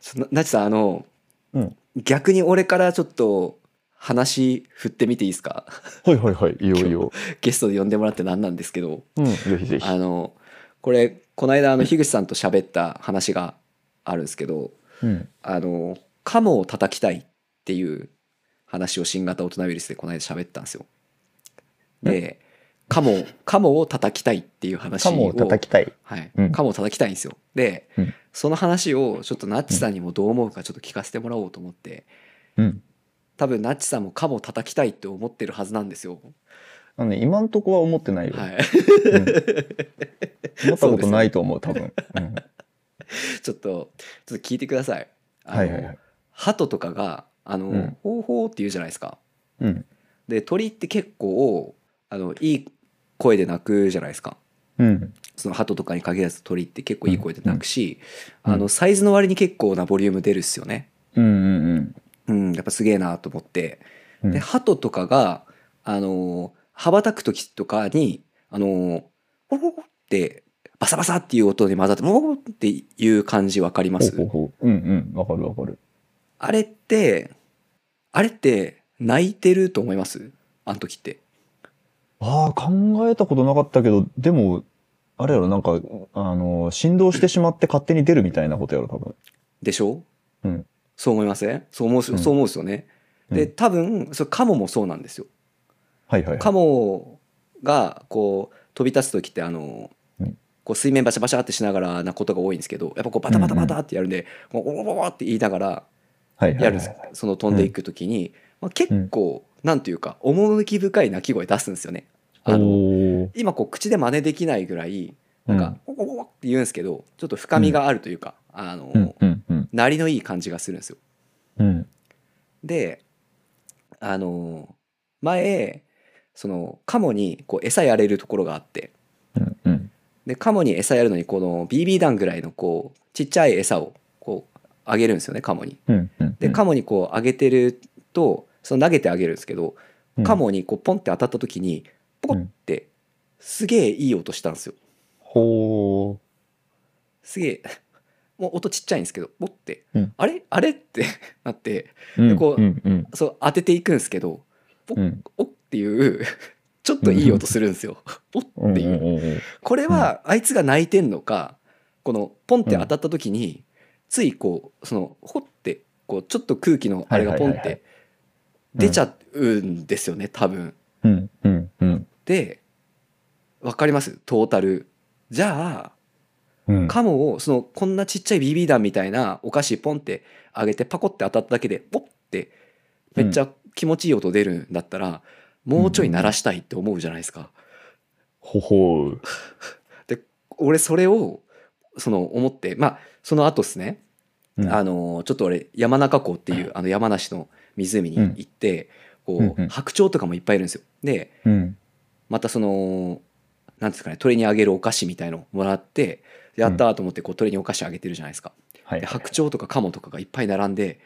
そのなちさんあのうん逆に俺からちょっと話振ってみていいですか はいはいはい、いいよいいよ。ゲストで呼んでもらってなんなんですけどうん、ぜひぜひ。あのこれこの間あの樋口さんと喋った話があるんですけどうん、あのカモを叩きたいっていう話を新型オトナウイルスでこの間喋ったんですよ。でカモカモを叩きたいっていう話カモを叩きたい。はいうんカモを叩きたいんですよ。で、うんその話をちょっとナッチさんにもどう思うかちょっと聞かせてもらおうと思ってうん。多分ナッチさんもカモを叩きたいって思ってるはずなんですよ。あのね、今んとこは思ってないよ。はい、 うん思ったことないと思う、多分。うんちょっとちょっと聞いてください。あのはいはいはい。鳩とかがあの、うんほうほうって言うじゃないですか。うん。で鳥って結構あのいい声で鳴くじゃないですかうん。その鳩とかに限らず鳥って結構いい声で鳴くし、うんあのサイズの割に結構なボリューム出るっすよねうんうんうんやっぱすげえなと思ってうん。で鳩とかがあの羽ばたく時とかにあのポロポロってバサバサっていう音に混ざってポロポロっていう感じわかりますほうほうほう。うんうん。わかるわかる。あれってあれって泣いてると思いますあの時ってああ、考えたことなかったけど、でも、あれやろ、なんか、あの、振動してしまって勝手に出るみたいなことやろ、多分。でしょ、うんそう思いませんそう思うっす、うんそう思うっすよね。で、うん多分それカモもそうなんですよ。はいはいはカい。モがこう飛び立つ時ってあの、うんこう水面バシャバシャってしながらなことが多いんですけどやっぱこうバタバタバタってやるんで「こうおおおおって言いながらはいはいやはるんいです、その飛んでいく時に、まあ、結構、なんていうか趣深い鳴き声出すんですよね。あのおー今こう口で真似できないぐらいなんか、おおおおって言うんですけどちょっと深みがあるというか、あの、うんうんうん鳴りのいい感じがするんですよ。うんであの前そのカモにこう餌やれるところがあってうんうんでカモに餌やるのにこの BB 弾ぐらいのこうちっちゃい餌をこうあげるんですよねカモに。うんうんでカモにこうあげてるとその投げてあげるんですけどうんカモにこうポンって当たった時にポコってすげえいい音したんですよ。ほすげえもう音ちっちゃいんですけどポッて、うんあれあれってなってう。うんでこううんうんそう当てていくんですけどうんおっていう ちょっといい音するんですよ。おっていう。う。これはあいつが泣いてんのかこのポンって当たった時についこうそのほってこうちょっと空気のあれがポンっはいはいはいはて出ちゃうんですよね多分。うんうんうん。でわかりますトータル。じゃあうんカモをそのこんなちっちゃい BB 弾みたいなお菓子ポンって上げてパコって当たっただけでポッってめっちゃ気持ちいい音出るんだったら、もうちょい鳴らしたいって思うじゃないですか。ほほう。俺それをその思ってまあその後ですね、うんあのちょっと俺山中湖っていうあの山梨の湖に行って、うんこうんううん白鳥とかもいっぱいいるんですよ。でうんまたそのなんですかね鳥にあげるお菓子みたいのもらってやったーと思ってこう鳥にお菓子あげてるじゃないですか。はいはいで白鳥とかカモとかがいっぱい並んで、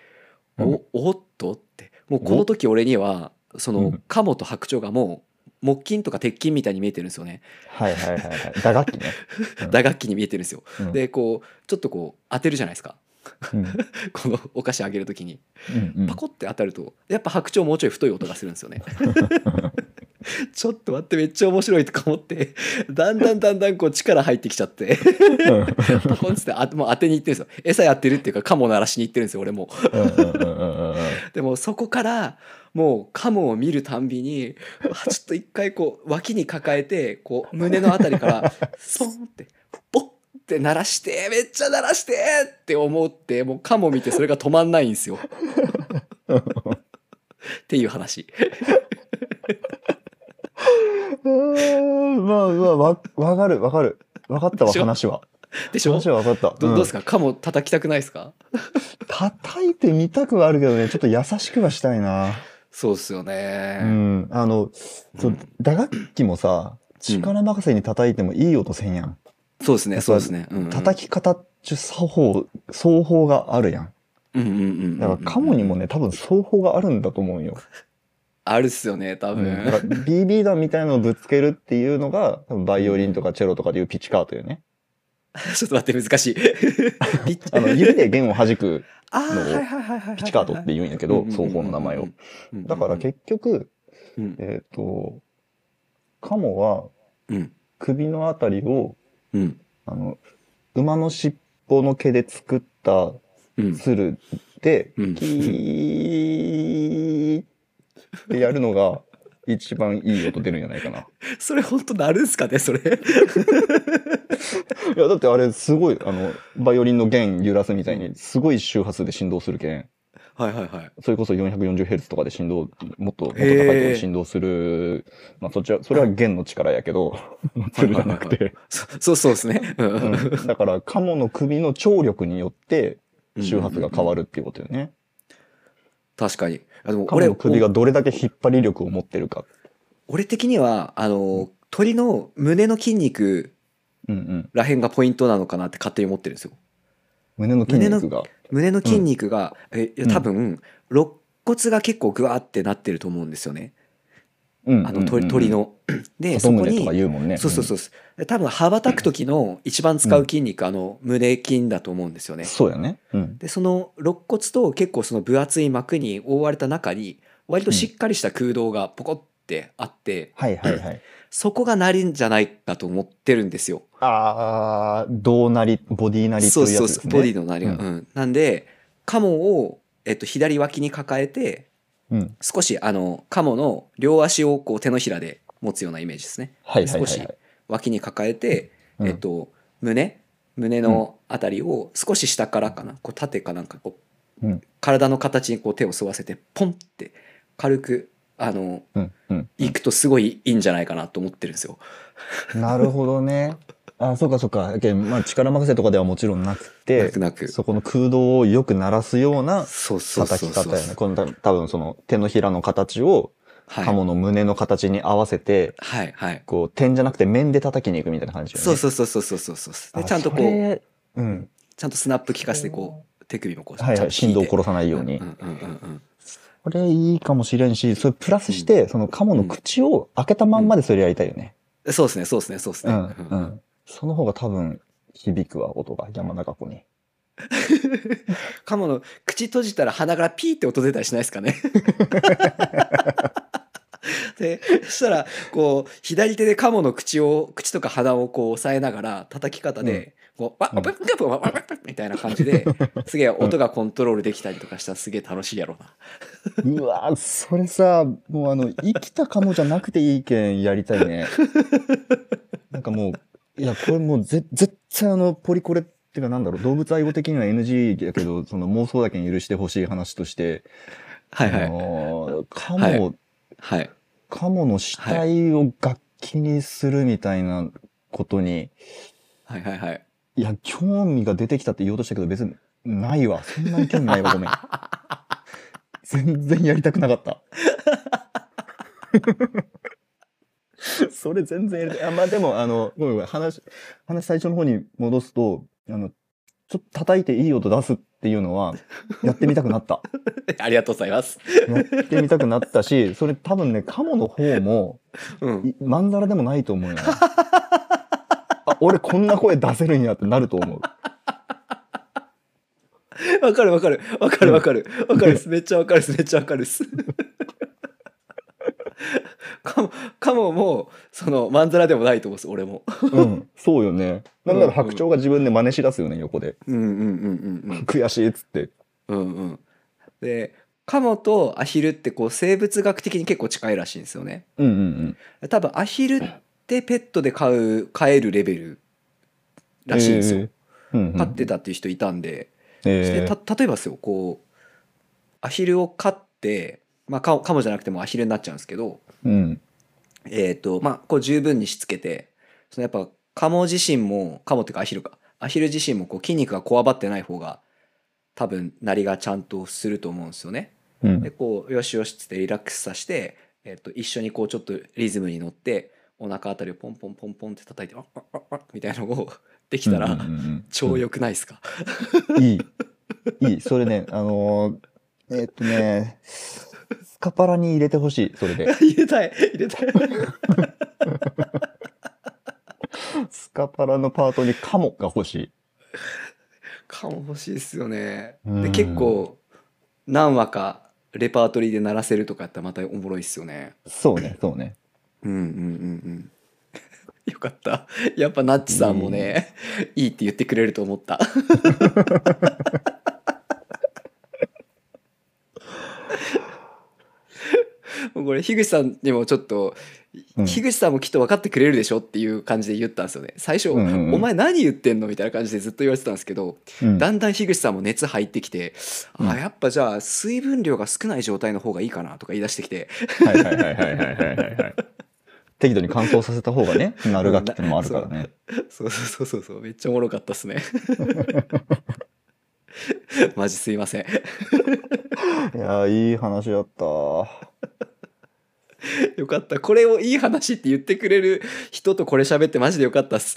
うんおおっとってもうこの時俺にはその、うんカモと白鳥がもう木琴とか鉄琴みたいに見えてるんですよねはいはいはいはい。打楽器ね。うん打楽器に見えてるんですよ。うんでこうちょっとこう当てるじゃないですか うんこのお菓子あげる時にうんパコって当たるとやっぱ白鳥もうちょい太い音がするんですよね ちょっと待ってめっちゃ面白いとか思ってだんだんだんだんこう力入ってきちゃ ってうんうんパコンっつってあもう当てにいってるんですよ餌やってるっていうかカモ鳴らしにいってるんですよ俺もうんうんうんうんでもそこからもうカモを見るたんびにあちょっと一回こう脇に抱えてこう胸のあたり からソーンってボッって鳴らしてめっちゃ鳴らしてって思ってもうカモ見てそれが止まんないんですよ。っていう話。うーんまあまあわわかるわかるわかったわでしょ話はでしょ話どはわかったどうですかかカモ叩きたくないですか叩いてみたくはあるけどねちょっと優しくはしたいなそうっすようね。んあのそううん打楽器もさ力任せに叩いてもいい音せんやんそうですねそうですね。叩き方っちゅう作法奏法があるやんきうんうんうんうんだからカモにもね多分奏法があるんだと思うんよあるっすよね多うん分。 だから BB 弾みたいのをぶつけるっていうのが多分バイオリンとかチェロとかでいうピチカートよねちょっと待って、難しい。ピッチあの、指で弦を弾く あーのをはいはいはいはいはいはいピチカートって言うんやけど、奏法の名前を。。だから結局、うんえっ、と、カモはうん首のあたりを、うんあの、馬の尻尾の毛で作ったうん鶴で、うんキーってやるのが一番いい音出るんじゃないかな。それ本当なるんすかねそれ。いや、だってあれすごい、あの、バイオリンの弦揺らすみたいに、すごい周波数で振動するけん、はいはいはい。それこそ 440Hz とかで振動、もっと、もっと高いとこへーで振動する、まあそっちは、それは弦の力やけど、鶴じゃなくて。そそうそうですね。うんうんだから、カモの首の張力によって周波数が変わるっていうことよね。確かに。あでもカモ俺の首がどれだけ引っ張り力を持ってるか。俺的にはあの鳥の胸の筋肉うんうん。らへんがポイントなのかなって勝手に思ってるんですよ。胸の筋肉が。胸の筋肉が、えいやうん多分肋骨が結構グワーってなってると思うんですよね。うんあの鳥鳥。の。でそ外こ胸にとか言うもんね。そうそうそうそう。多分羽ばたく時の一番使う筋肉、あの胸筋だと思うんですようねん。そうやね。うん。でその肋骨と結構その分厚い膜に覆われた中に割としっかりした空洞がポコってあって、はいはいはい。そこがなりんじゃないかと思ってるんですよ。あー、胴なり、ボディなりとそいううやつそうですそう、ね。ボディのなりが。うんうんなんでカモを、えっと、左脇に抱えてうん。少しあのカモの両足をこう手のひらで持つようなイメージですね。はいはいはい少はいし。脇に抱えて、うんえっと、胸胸のあたりを少し下からかなこう縦かなんかこう、うん体の形にこう手を沿わせてポンって軽くあのうんうん。行くとすごいいいんじゃないかなと思ってるんですよ。なるほどね。あ、そうかそうか。けんまあ力任せとかではもちろんなくて、なくなく。そこの空洞をよく鳴らすようなそうそうそ叩うきそう方やね。このた多分その手のひらの形を、はいカモの胸の形に合わせて、はいはい。こう、点じゃなくて面で叩きに行くみたいな感じよね。そうそうそうそうそうそうそう。あでちゃんとこそうれうん。ちゃんとスナップ効かせてこう手首もこうはいちゃはんい。と引振いて動を殺さないように。んうんうんこれいいかもしれんし、それプラスして、そのカモの口を開けたまんまでそれやりたいよね。うん。そうですねそうですねそうですうね。ん。うん。その方が多分響くわ、音が山中湖に。カモの口閉じたら鼻からピーって音出たりしないですかね。でそしたらこう左手でカモの口を口とか鼻をこう押さえながら叩き方でこうワッワッワッワッワッワッワッみたいな感じですげえ音がコントロールできたりとかしたらすげえ楽しいやろうな。うわーそれさ、もうあの、生きたカモじゃなくていいけんやりたい ね。なんかもう、いや、これもうぜ、絶対あの、ポリコレってかなんだろう、動物愛護的には NG やけど、その妄想だけに許してほしい話として、はいはあいのーカモ、はいはい。カモの死体を楽器にするみたいなことに、はいはいはい。 いや、興味が出てきたって言おうとしたけど、別にないわ。そんなに興味ないわ、ごめ ん。全然やりたくなかった。それ全然やりたい。あまあでも、あの、ごめんごめん。話、話最初の方に戻すと、あの、ちょっと叩いていい音出すっていうのは、やってみたくな った。ありがとうございます。やってみたくなったし、それ多分ね、カモの方も、うん。いまんざらでもないと思 うよ。あ俺こんな声出せるんやってなると思う。 わかるわかる。わかるわかる。わかるっす。めっちゃわかるっす。めっちゃわかるっす。 カモ、カモも、その、まんざらでもないと思うんです、俺も。うん、 そうよね。なんなうんら白鳥が自分で真似しだすよね、横で。うんうんうん悔しいっつって。うんうん。うんうん。で、カモとアヒルってこう、生物学的に結構近いらしいんですよね。うんうん多分、アヒルってペットで飼う、飼えるレベルうん。らしいんですよ。えー。うんうん、飼ってたっていう人いたんで。えでーた例えばですよこうアヒルを飼って、まあ、カモカモじゃなくてもアヒルになっちゃうんですけど、うん。えーとまあ、こう十分にしつけてそのやっぱカモ自身もカモっていうかアヒルかアヒル自身もこう筋肉がこわばってない方が多分なりがちゃんとすると思うんですよね。うんでこうよしよしっつってリラックスさせて、えっと一緒にこうちょっとリズムに乗ってお腹あたりをポンポンポンポンって叩いてワッワッワッワッみたいなのをできたら、うんうんうん超良くないですか、うんいい。いい。それね、あのーえーっとね、スカパラに入れて ほしい、それで。入れたい入れたいスカパラのパートにカモが欲しい。カモ欲しいですよね。うでん結構何話かレパートリーで鳴らせるとかやったらまたおもろいっすよね。そうね、そうね。うんうんうんうん。 よかった。やっぱナッチさんもね、いいって言ってくれると思 った。もうこれ樋口さんにもちょっと、うん樋口さんもきっと分かってくれるでしょっていう感じで言ったんですよね最初、うんうんうんお前何言ってんの?」みたいな感じでずっと言われてたんですけど、うんだんだん樋口さんも熱入ってきて、うんあやっぱじゃあ水分量が少ない状態の方がいいかなとか言い出してきてはいはいはいはいはいはいは いはい。適度に乾燥させた方がね、なる楽器ってのもあるからね。そうそうそうそうそうめっちゃおもろかったっすねマジすいませんいやー、いい話だった。よかったこれをいい話って言ってくれる人とこれ喋ってマジでよかったっす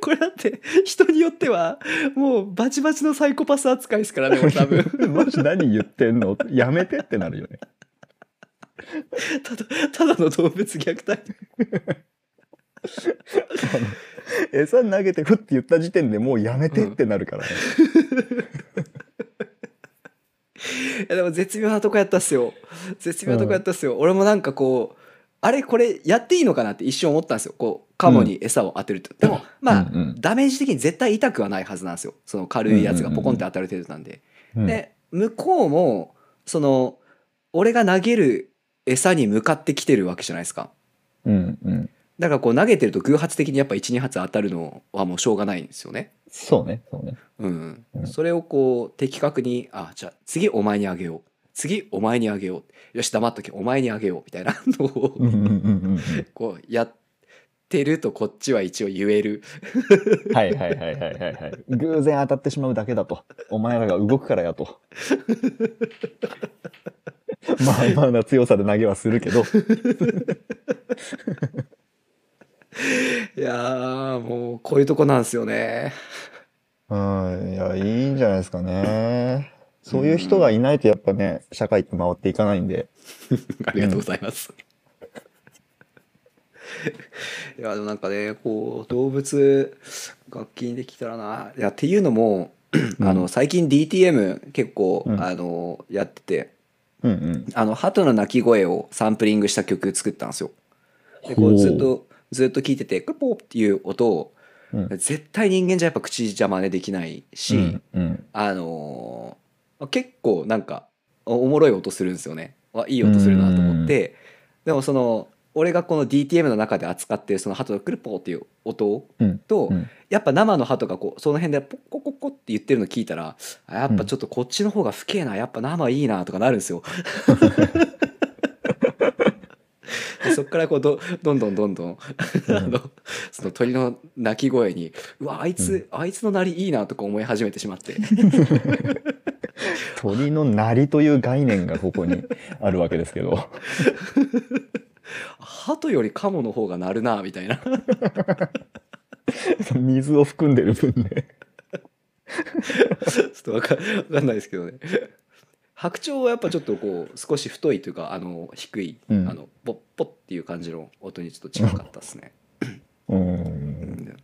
これだって人によってはもうバチバチのサイコパス扱いですからねもう多 分マジ何言ってんのやめてってなるよね。ただただの動物虐待 餌投げてふって言った時点でもうやめてってなるからね。いやでも絶妙なとこやったっすよ絶妙なとこやったっすよ、俺もなんかこうあれこれやっていいのかなって一瞬思ったんですよこうカモに餌を当てると、でもまあ、うんうんダメージ的に絶対痛くはないはずなんですよその軽いやつがポコンって当たる程度なんで、うんで向こうもその俺が投げる餌に向かってきてるわけじゃないですかうんうん。だからこう投げてると偶発的にやっぱ12発当たるのはもうしょうがないんですよねそうね、そうね。うんうんそれをこう的確に「あじゃあ次お前にあげよう次お前にあげようよし黙っとけお前にあげよう」みたいな のをうんうんうんこうやってるとこっちは一応言えるうん。はいはいはいはいはいはい。偶然当たってしまうだけだと。お前らが動くからや と。まあまあな強さで投げはするけど。いやーもうこういうとこなんですよねうん、いや、いいんじゃないですかね。そういう人がいないとやっぱね、社会って回っていかないんで。 ありがとうございます、いやでもなんか ねこう動物楽器にできたらないやっていうのもあの最近 DTM 結構、うんあのやっててうんうん。あの鳩の鳴き声をサンプリングした曲作ったんですよ。でこほううずっとずっと聞いててクポーっていう音を、うん絶対人間じゃやっぱ口じゃ真似できないし、うんうん。あのー結構なんかおおもろい音するんですよね。わいい音するなと思ってでもその俺がこの DTM の中で扱ってるその鳩のクルポーっていう音うんと、うんやっぱ生の鳩がこうその辺でポッココッコって言ってるの聞いたらあやっぱちょっとこっちの方が不景なやっぱ生いいなとかなるんです よ。でそっからこうどどんどんどんどんあのその鳥の鳴き声にうわあいつ、あいつの鳴りいいなとか思い始めてしまって鳥の鳴りという概念がこ こにあるわけですけど。鳩よりカモの方が鳴るなみたいな 水を含んでる分ね。ちょっとわかわかんないですけどね白鳥はやっぱちょっとこう少し太いというかあの低い、うんあのポッポッっていう感じの音にちょっと近かったですね、う。うんんで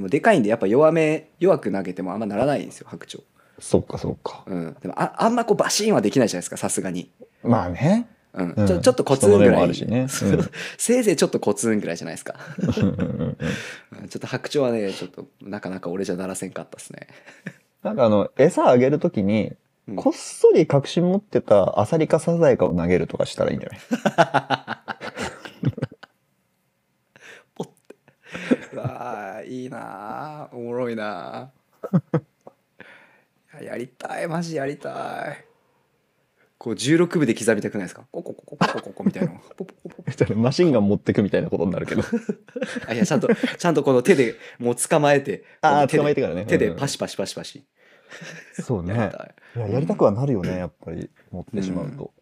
もでかいんでやっぱ弱め弱く投げてもあんまならないんですよ白鳥、そっかそっか。うん、でもああんまこうバシーンはできないじゃないですかさすがに、まあね。うんうんちょちょっとコツンぐ人の目らもあい、るしねうんせいぜいちょっとコツンぐらいじゃないですかうんうんうん うんうんちょっと白鳥はねちょっとなかなか俺じゃならせんかったですねなんかあの、餌あげるときにう、んこっそり隠し持ってたアサリかサザエかを投げるとかしたらいいんじゃない わあいいなあおもろいなあいややりたいマジやりたいこう16部で刻みたくないですかここここここここみたいなのポポポポみたいなマシンガン持ってくみたいなことにな るけど。あいやちゃんとちゃんとこの手でもう捕まえてあこのあ、 手で捕まえてからね。手でうんパシパシパシパシそうやりねた。い、いややりたくはなるよね、やっぱり、持ってしまうと。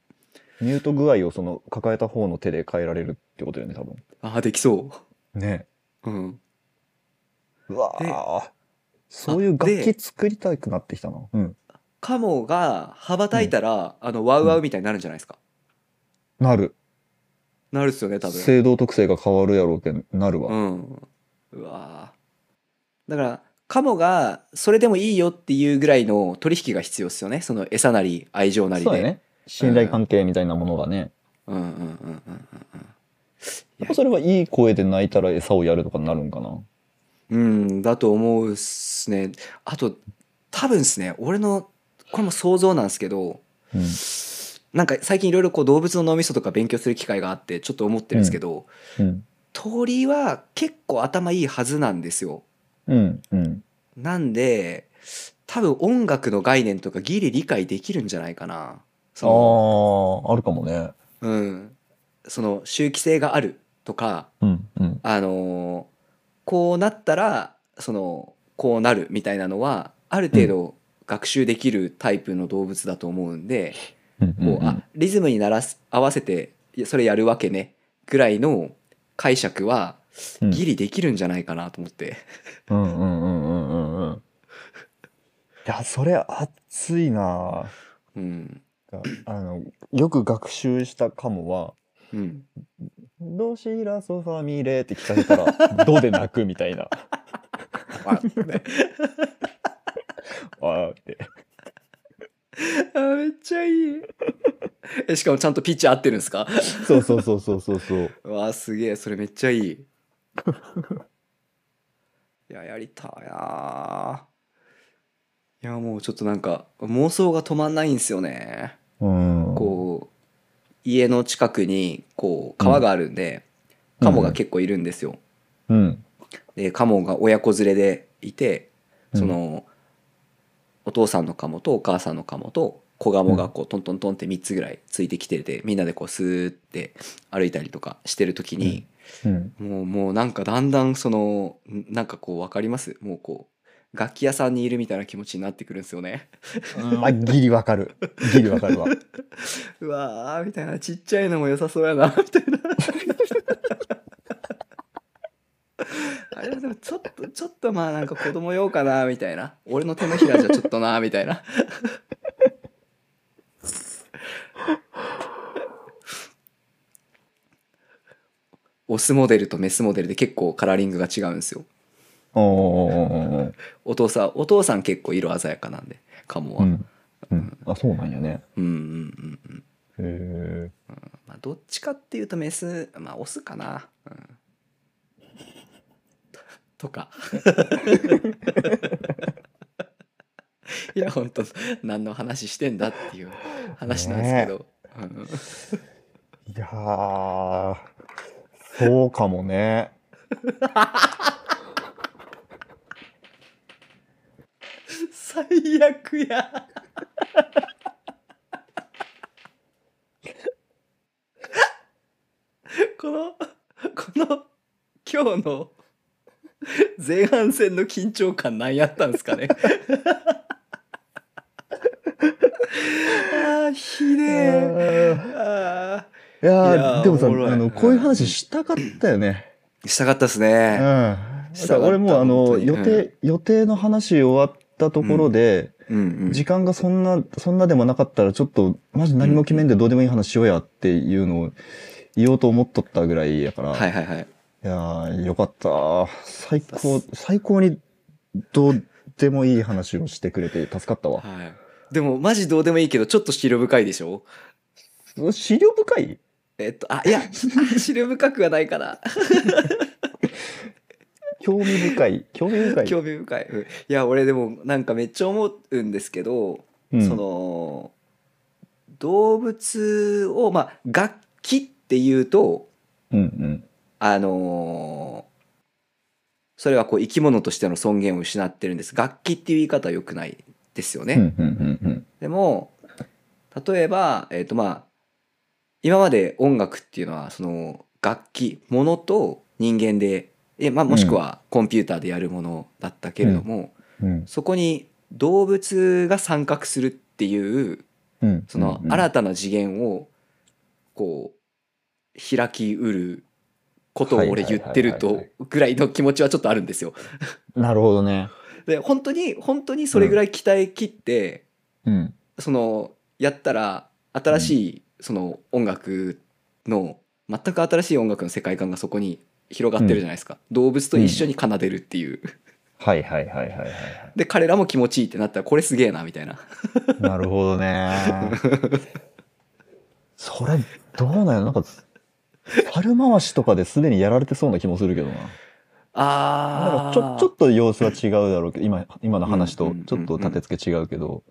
ミュート具合をその、抱えた方の手で変えられるってことよね、多分。ああできそね。ううんうわぁ。そういう楽器作りたくなってきたな。うん。カモが羽ばたいたら、あのワウワウみたいになるんじゃないですか、なる。なるっすよね多分制度特性が変わるやろうけんなるわ、うんうわーだからカモがそれでもいいよっていうぐらいの取引が必要ですよねその餌なり愛情なりでそうやね信頼関係みたいなものがね、うんうんうんうんうんうんやっぱそれはいい声で泣いたら餌をやるとかになるんかなうんだと思うっすねあと多分っすね俺のこれも想像なんですけどうんなんか最近いろいろこう動物の脳みそとか勉強する機会があってちょっと思ってるんですけど、うん鳥は結構頭いいはずなんですようんうんなんで多分音楽の概念とかギリ理解できるんじゃないかなあそのああるかもねうんその周期性があるとかうんうんあのーこうなったらそのこうなるみたいなのはある程度学習できるタイプの動物だと思うんで、うんうんこうあリズムにならす合わせていやそれやるわけねぐらいの解釈はうんギリできるんじゃないかなと思って、うんうんうんうんうんうんいやそれ熱いなうんあのよく学習したカモはうん、 「ドシラソファミレ」って聞かれたら「 ド」で泣くみたいなあね「あー」って あめっちゃいいえしかもちゃんとピッチ合ってるんですかそうそうそうそうそうそうわあすげえそれめっちゃいいいややりたいないやもうちょっとなんか妄想が止まんないんですよねうんこう家の近くにこう川があるんで、カモが結構いるんですよ、うんでカモが親子連れでいてうんその、お父さんのカモとお母さんのカモと子ガモがこうトントントンって3つぐらいついてきててみんなでこうスーって歩いたりとかしてる時に、うんもうもうなんかだんだんそのんなんかこう分かりますもうこう楽器屋さんにいるみたいな気持ちになってくるんですよねあギリわかるギリわかるわ うわーみたいなちっちゃいのも良さそうやなみたいな あれはでもちょっとちょっとまあなんか子供用かなみたいな俺の手のひらじゃちょっとなみたいなオスモデルとメスモデルで結構カラーリングが違うんですよ おーおーおーおーお父さんお父さん結構色鮮やかなんでカモうは、うん、んうんあそうなんやねうんうんうんへえまあどっちかっていうとメスまあオスかな、うん、と かいや本当何の話してんだっていう話なんですけど、うんいやーそうかもね最悪やこのこの今日の前半戦の緊張感何やったんですかねあーひでえあいやいやーーでもさおもろいあうのんこういう話したかったよねーしたかったですうんねしたかった俺もうあ本当のに予定予定の話終わったところでうんうん時間がそんなそんなでもなかったらちょっとマジ何も決めんでどうでもいい話しようやっていうのを言おうと思っとったぐらいやからはいはいはいいやーよかった最高最高にどうでもいい話をしてくれて助かったわはいでもマジどうでもいいけどちょっと資料深いでしょ資料深いえっとあいや 資料深くはないかな興味深い興味深い興味深い、うんいや俺でもなんかめっちゃ思うんですけど、うんその動物をまあ楽器っていうとうんうんあのーそれはこう生き物としての尊厳を失ってるんです楽器っていう言い方は良くないですよね、うんうんうんうんでも例えばえっ、とまあ今まで音楽っていうのはその楽器ものと人間でえ、まあ、もしくはコンピューターでやるものだったけれども、うんそこに動物が参画するっていううんそのうん新たな次元をこう開きうることを俺言ってるはいはいとはいぐらいの気持ちはちょっとあるんですよ。なるほどね。で本当に本当にそれぐらい鍛え切って、うん。そのやったら新しいその音楽の全く新しい音楽の世界観がそこに広がってるじゃないですか、動物と一緒に奏でるっていう、はいはいはいはいはいは。で彼らも気持ちいいってなったらこれすげえなみたいないなるほどね。それ、どうなんやなんか、猿回しとかですでにやられてそうな気もするけどな。なんあかーちょ、ちょっと様子は違うだろうけど、今、今の話うんうとんうんうんちょっと立て付け違うけど。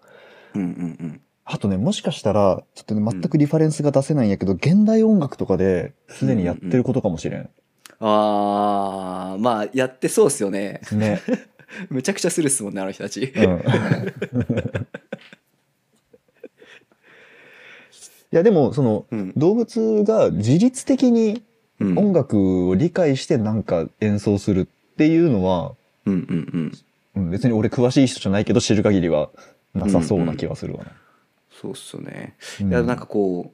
うんうんうんあとね、もしかしたら、ちょっとね、全くリファレンスが出せないんやけど、現代音楽とかですでにやってることかもしれん。あーまあやってそうっすよねね。むちゃくちゃするっすもんねあの人たち、 うん。いや、でも、その、うん動物が自律的にうん、音楽を理解してなんか演奏するっていうのは、うんうんうんうん別に俺詳しい人じゃないけど知る限りはなさそうな気がするわね。そうっすよねういやなんかこう、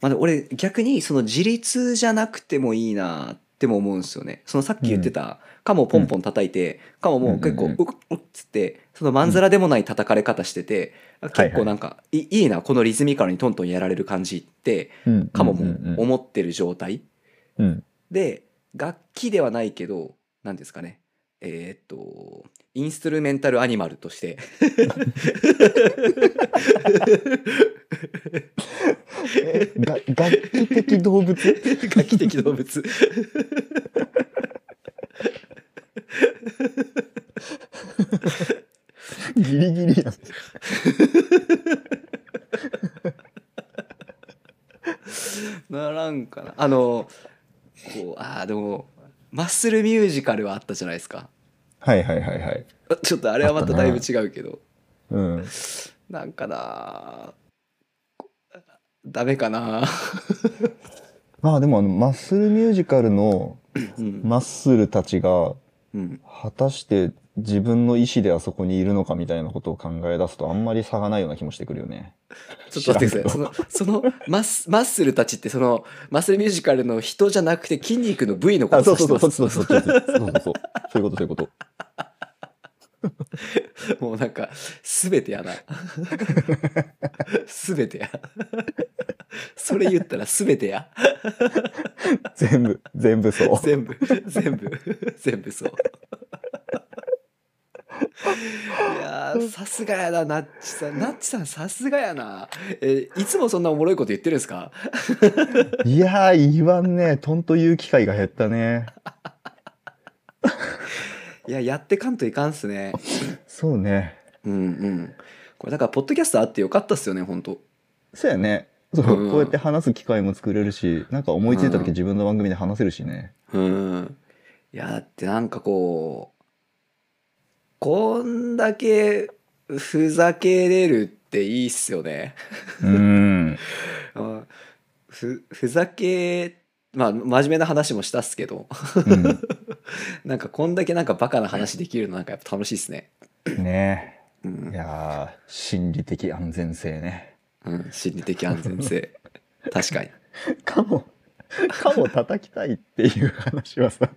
まあ、でも俺逆にその自立じゃなくてもいいなっても思うんですよねそのさっき言ってた、カモをポンポン叩いて、カモも結構う「うんうんっうっ」つってそのまんざらでもない叩かれ方してて、はい結構なんか、いいいなこのリズミカルにトントンやられる感じってうんカモうんうんもうん思ってる状態うんで楽器ではないけど何ですかねえーっとインストゥルメンタルアニマルとして えが楽器的動物 楽器的動物ギリギリやん。ならんかなあのこうああでもマッスルミュージカルはあったじゃないですかはいはいはいはい。あちょっとあれはまただいぶ違うけど、うん。なんかなこダメか な、まあでもあの、マッスルミュージカルのうんマッスルたちが、うん、果たして自分の意思であそこにいるのかみたいなことを考え出すとあんまり差がないような気もしてくるよね。ちょっと待ってくだ知さらいそのそのマッスマッスルたちってそのマッスルミュージカルの人じゃなくて筋肉の部位のこあ、とそをうそうそう、指そっしちてそまっちすそっちそっちそうそうそう。そういうことそういうこと。もうなんか全てやな全てやそれ言ったら全てや全部、全部そう。全部全部全部そういやーさすがやなナッチさんナッチさんさすがやなえいつもそんなおもろいこと言ってるんですか いやー、言わんね。とんと言う機会が減ったね。いややってかんといかんっすねそうね。うんうんこれだからポッドキャストあってよかったっすよね本当そうやね。そう、うんこうやって話す機会も作れるし、なんか思いついた時自分の番組で話せるしね。うんいやだってなんかこうこんだけふざけれるっていいっすよね うん。あふふざけまあ真面目な話もしたっすけど うなんかこんだけなんかバカな話できるのなんかやっぱ楽しいっすね、 ん、ねういんやー、心理的安全性ね。うん、心理的安全性確かに、かも、かも叩きたいっていう話はさ、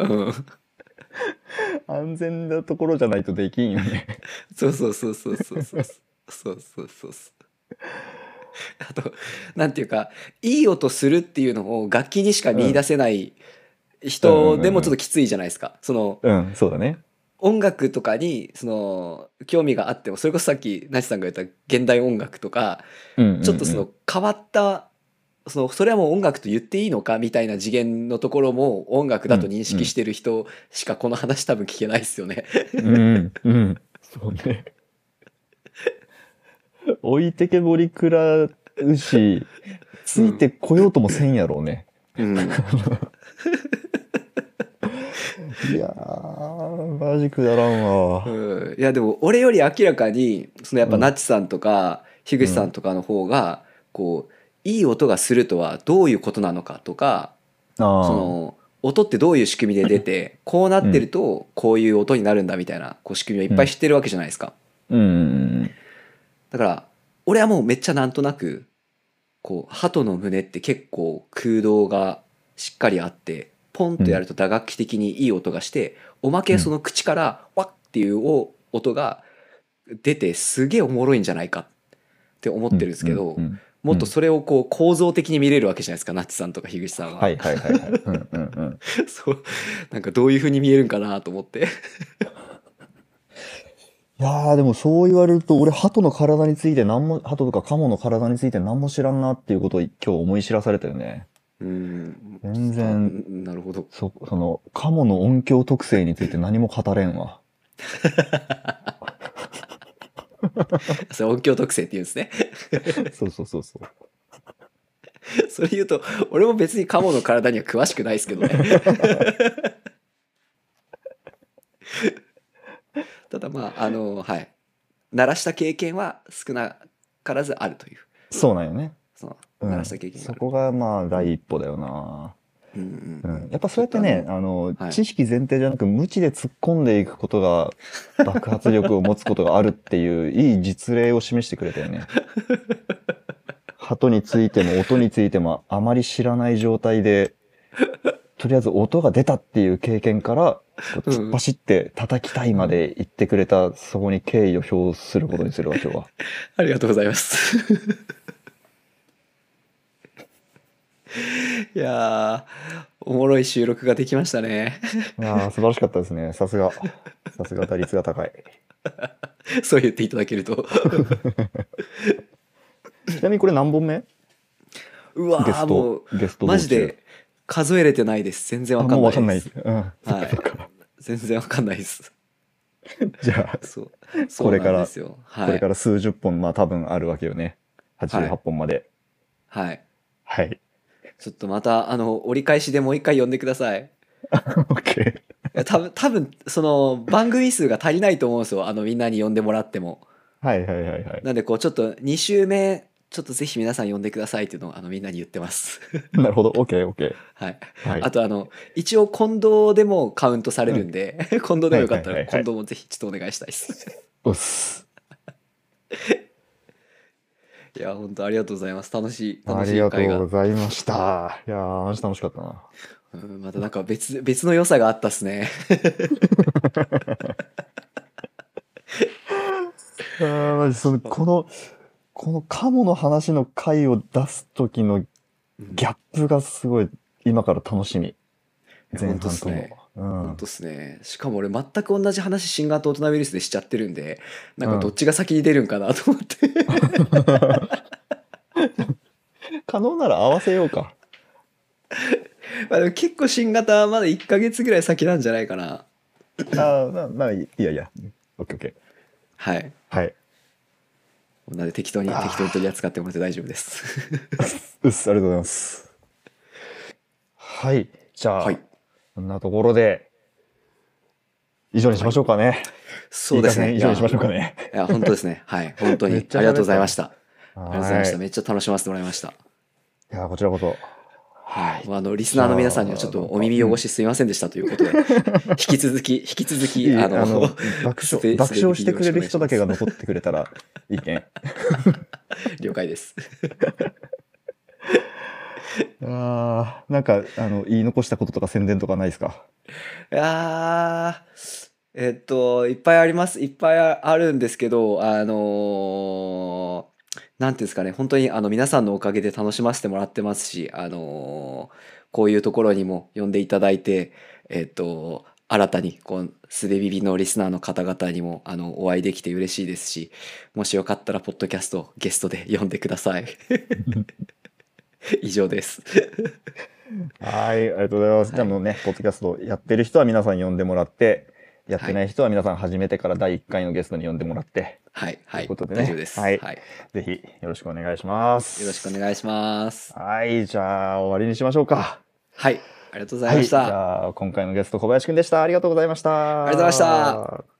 うん、安全なところじゃないとできんよね。そうそうそうそうそうそうそうそうそうそうあとなんていうかいい音するっていうのを楽器にしか見出せない人でもちょっときついじゃないですか、そのうん、そうだね。音楽とかにその興味があってもそれこそさっきナチさんが言った現代音楽とかうんうんうんちょっとその、変わったそのそれはもう音楽と言っていいのかみたいな次元のところも音楽だと認識してる人しかこの話多分聞けないですよね。うん、うん。そうね。置いてけぼり食らうし、ついてこようともせんやろうね。うん、いやー、マジくだらんわ。うんいやでも俺より明らかにそのやっぱうんナッチさんとか樋口さんとかの方がこういい音がするとはどういうことなのかとかあそーの音ってどういう仕組みで出てこうなってるとこういう音になるんだみたいなこう仕組みをいっぱい知ってるわけじゃないですか。うんうんだから俺はもうめっちゃなんとなくこう鳩の胸って結構空洞がしっかりあってポンとやると打楽器的にいい音がして、おまけその口からワッっていうお音が出てすげえおもろいんじゃないかって思っうん。てるんですけど、うんうんもっとそれをこう構造的に見れるわけじゃないですか、ナッチさんとか樋口さんは。はいはいはいはい。うんうんうん。 そうなんかどういうふうに見えるんかなと思って。 いやーでもそう言われると、俺、鳩の体について何も、鳩とかカモの体について何も知らんなっていうことを今日思い知らされたよね。うん全あ然、なるほど。そ、その、カモの音響特性について何も語れんわ。それ音響特性って言うんですね。 そうそうそうそう。 それ言うと、俺も別にカモの体には詳しくないですけど ね。ただまあ、あの、はい。鳴らした経験は少なからずあるという。そうなんよね。そのうん鳴らした経験がそある。こがまあ第一歩だよな。うんううんん、やっぱそうやってね、あの、はい知識前提じゃなく無知で突っ込んでいくこ とが爆発力を持つことがあるっていういい実例を示してくれたよね。鳩についても音についてもあまり知らない状態で、とりあえず音が出たっていう経験から、こううん突っ走って叩きたいまで言ってくれた、そこに敬意を表することにするわ、今日は。ありがとうございます。いやー、おもろい収録ができましたね。いやー素晴らしかったですね。さすが。さすが打率が高い。そう言っていただけると。ちなみにこれ何本目うわゲスー、もうト、、ゲスト同マ士ジで数えれてないです。全然わあかもうわかんんなないいで。ですす。うん。はい。全然わかんないです。じゃそう。これそうからなんですよ。あ、はこれいか。ら数十本、まあ多分あるわけよね。88本まで。はい。はい。 ちょっとまた、あの、折り返しでもう一回呼んでください。 OK。いや多 分、多分、その、番組数が足りないと思うんですよ。あの、みんなに呼んでもらっても。はいはいはいはい。なんで、こう、ちょっと、2週目、ちょっとぜひ皆さん呼んでくださいっていうのを、あの、みんなに言ってます。 なるほど。OKOK。はい。はいあ。と、あの、一応、近藤でもカウントされるんで、 近藤でもよかったはら、いはいはいは近い藤もぜひ、ちょっとお願いしたい です。うっす。いや、本当ありがとうございます。楽しい、あ楽しりいがと会うがご。ざいました。いやー、マジ楽しかったな。うんまたなんか別別の良さがあったっす ね。あーマジその、この、このカモの話の回を出す時のギャップがすごい、今から楽しみ。や前本当っ半すとねも本。当っすね。しかも俺全く同じ話新型オトナウイルスでしちゃってるんで、なんかどっちが先に出るんかなと思って。 うん。可能なら合わせようか。まあでも結構新型はまだ1ヶ月ぐらい先なんじゃないかな。ああ、まあ、まあ、いいやいや。オッケーオッケー。はい。はい。なので適当にあー適当に取り扱ってもらって大丈夫です。 うっす、ありがとうございます。はい。じゃあ、はい。こんなところで、以上にしましょうかね。そうですね。いい加減以上にしましょうかね。いや。いや、本当ですね。はい。本当に。あめりっちゃがとうございました。あ ありがとうございました。めっちゃ楽しませてもらいました。いや、こちらこそ。はい、まああのリスナーの皆さんにはちょっとお耳汚しすみませんでしたということで、引き続き、引き続いき、いああの、 の、爆スペ笑、爆笑してくれスペる人ースよろしくお願いしますだけが残ってくれたらいい ね。了解です。ああ、なんか、あの、言い残したこととか宣伝とかないですかいやーえっと、いっぱいあります。いっぱいあるんですけど、あのーなんていうんですかね、本当にあの皆さんのおかげで楽しませてもらってますし、あのーこういうところにも呼んでいただいて、えっと、新たにこうすべビビのリスナーの方々にもあのお会いできて嬉しいですし、もしよかったら、ポッドキャストをゲストで呼んでくだ さい。以上です。はい、ありがとうございます。じゃあもうね、ポッドキャストやってる人は皆さん呼んでもらって、やってない人は皆さん初めてから第1回のゲストに呼んでもらって、はい、はい、ということでね大丈夫です、はいはい。ぜひよろしくお願いします。よろしくお願いします。はい、じゃあ終わりにしましょうか。はい、ありがとうございました。はい、じゃあ今回のゲスト小林くんでした。ありがとうございました。。ありがとうございました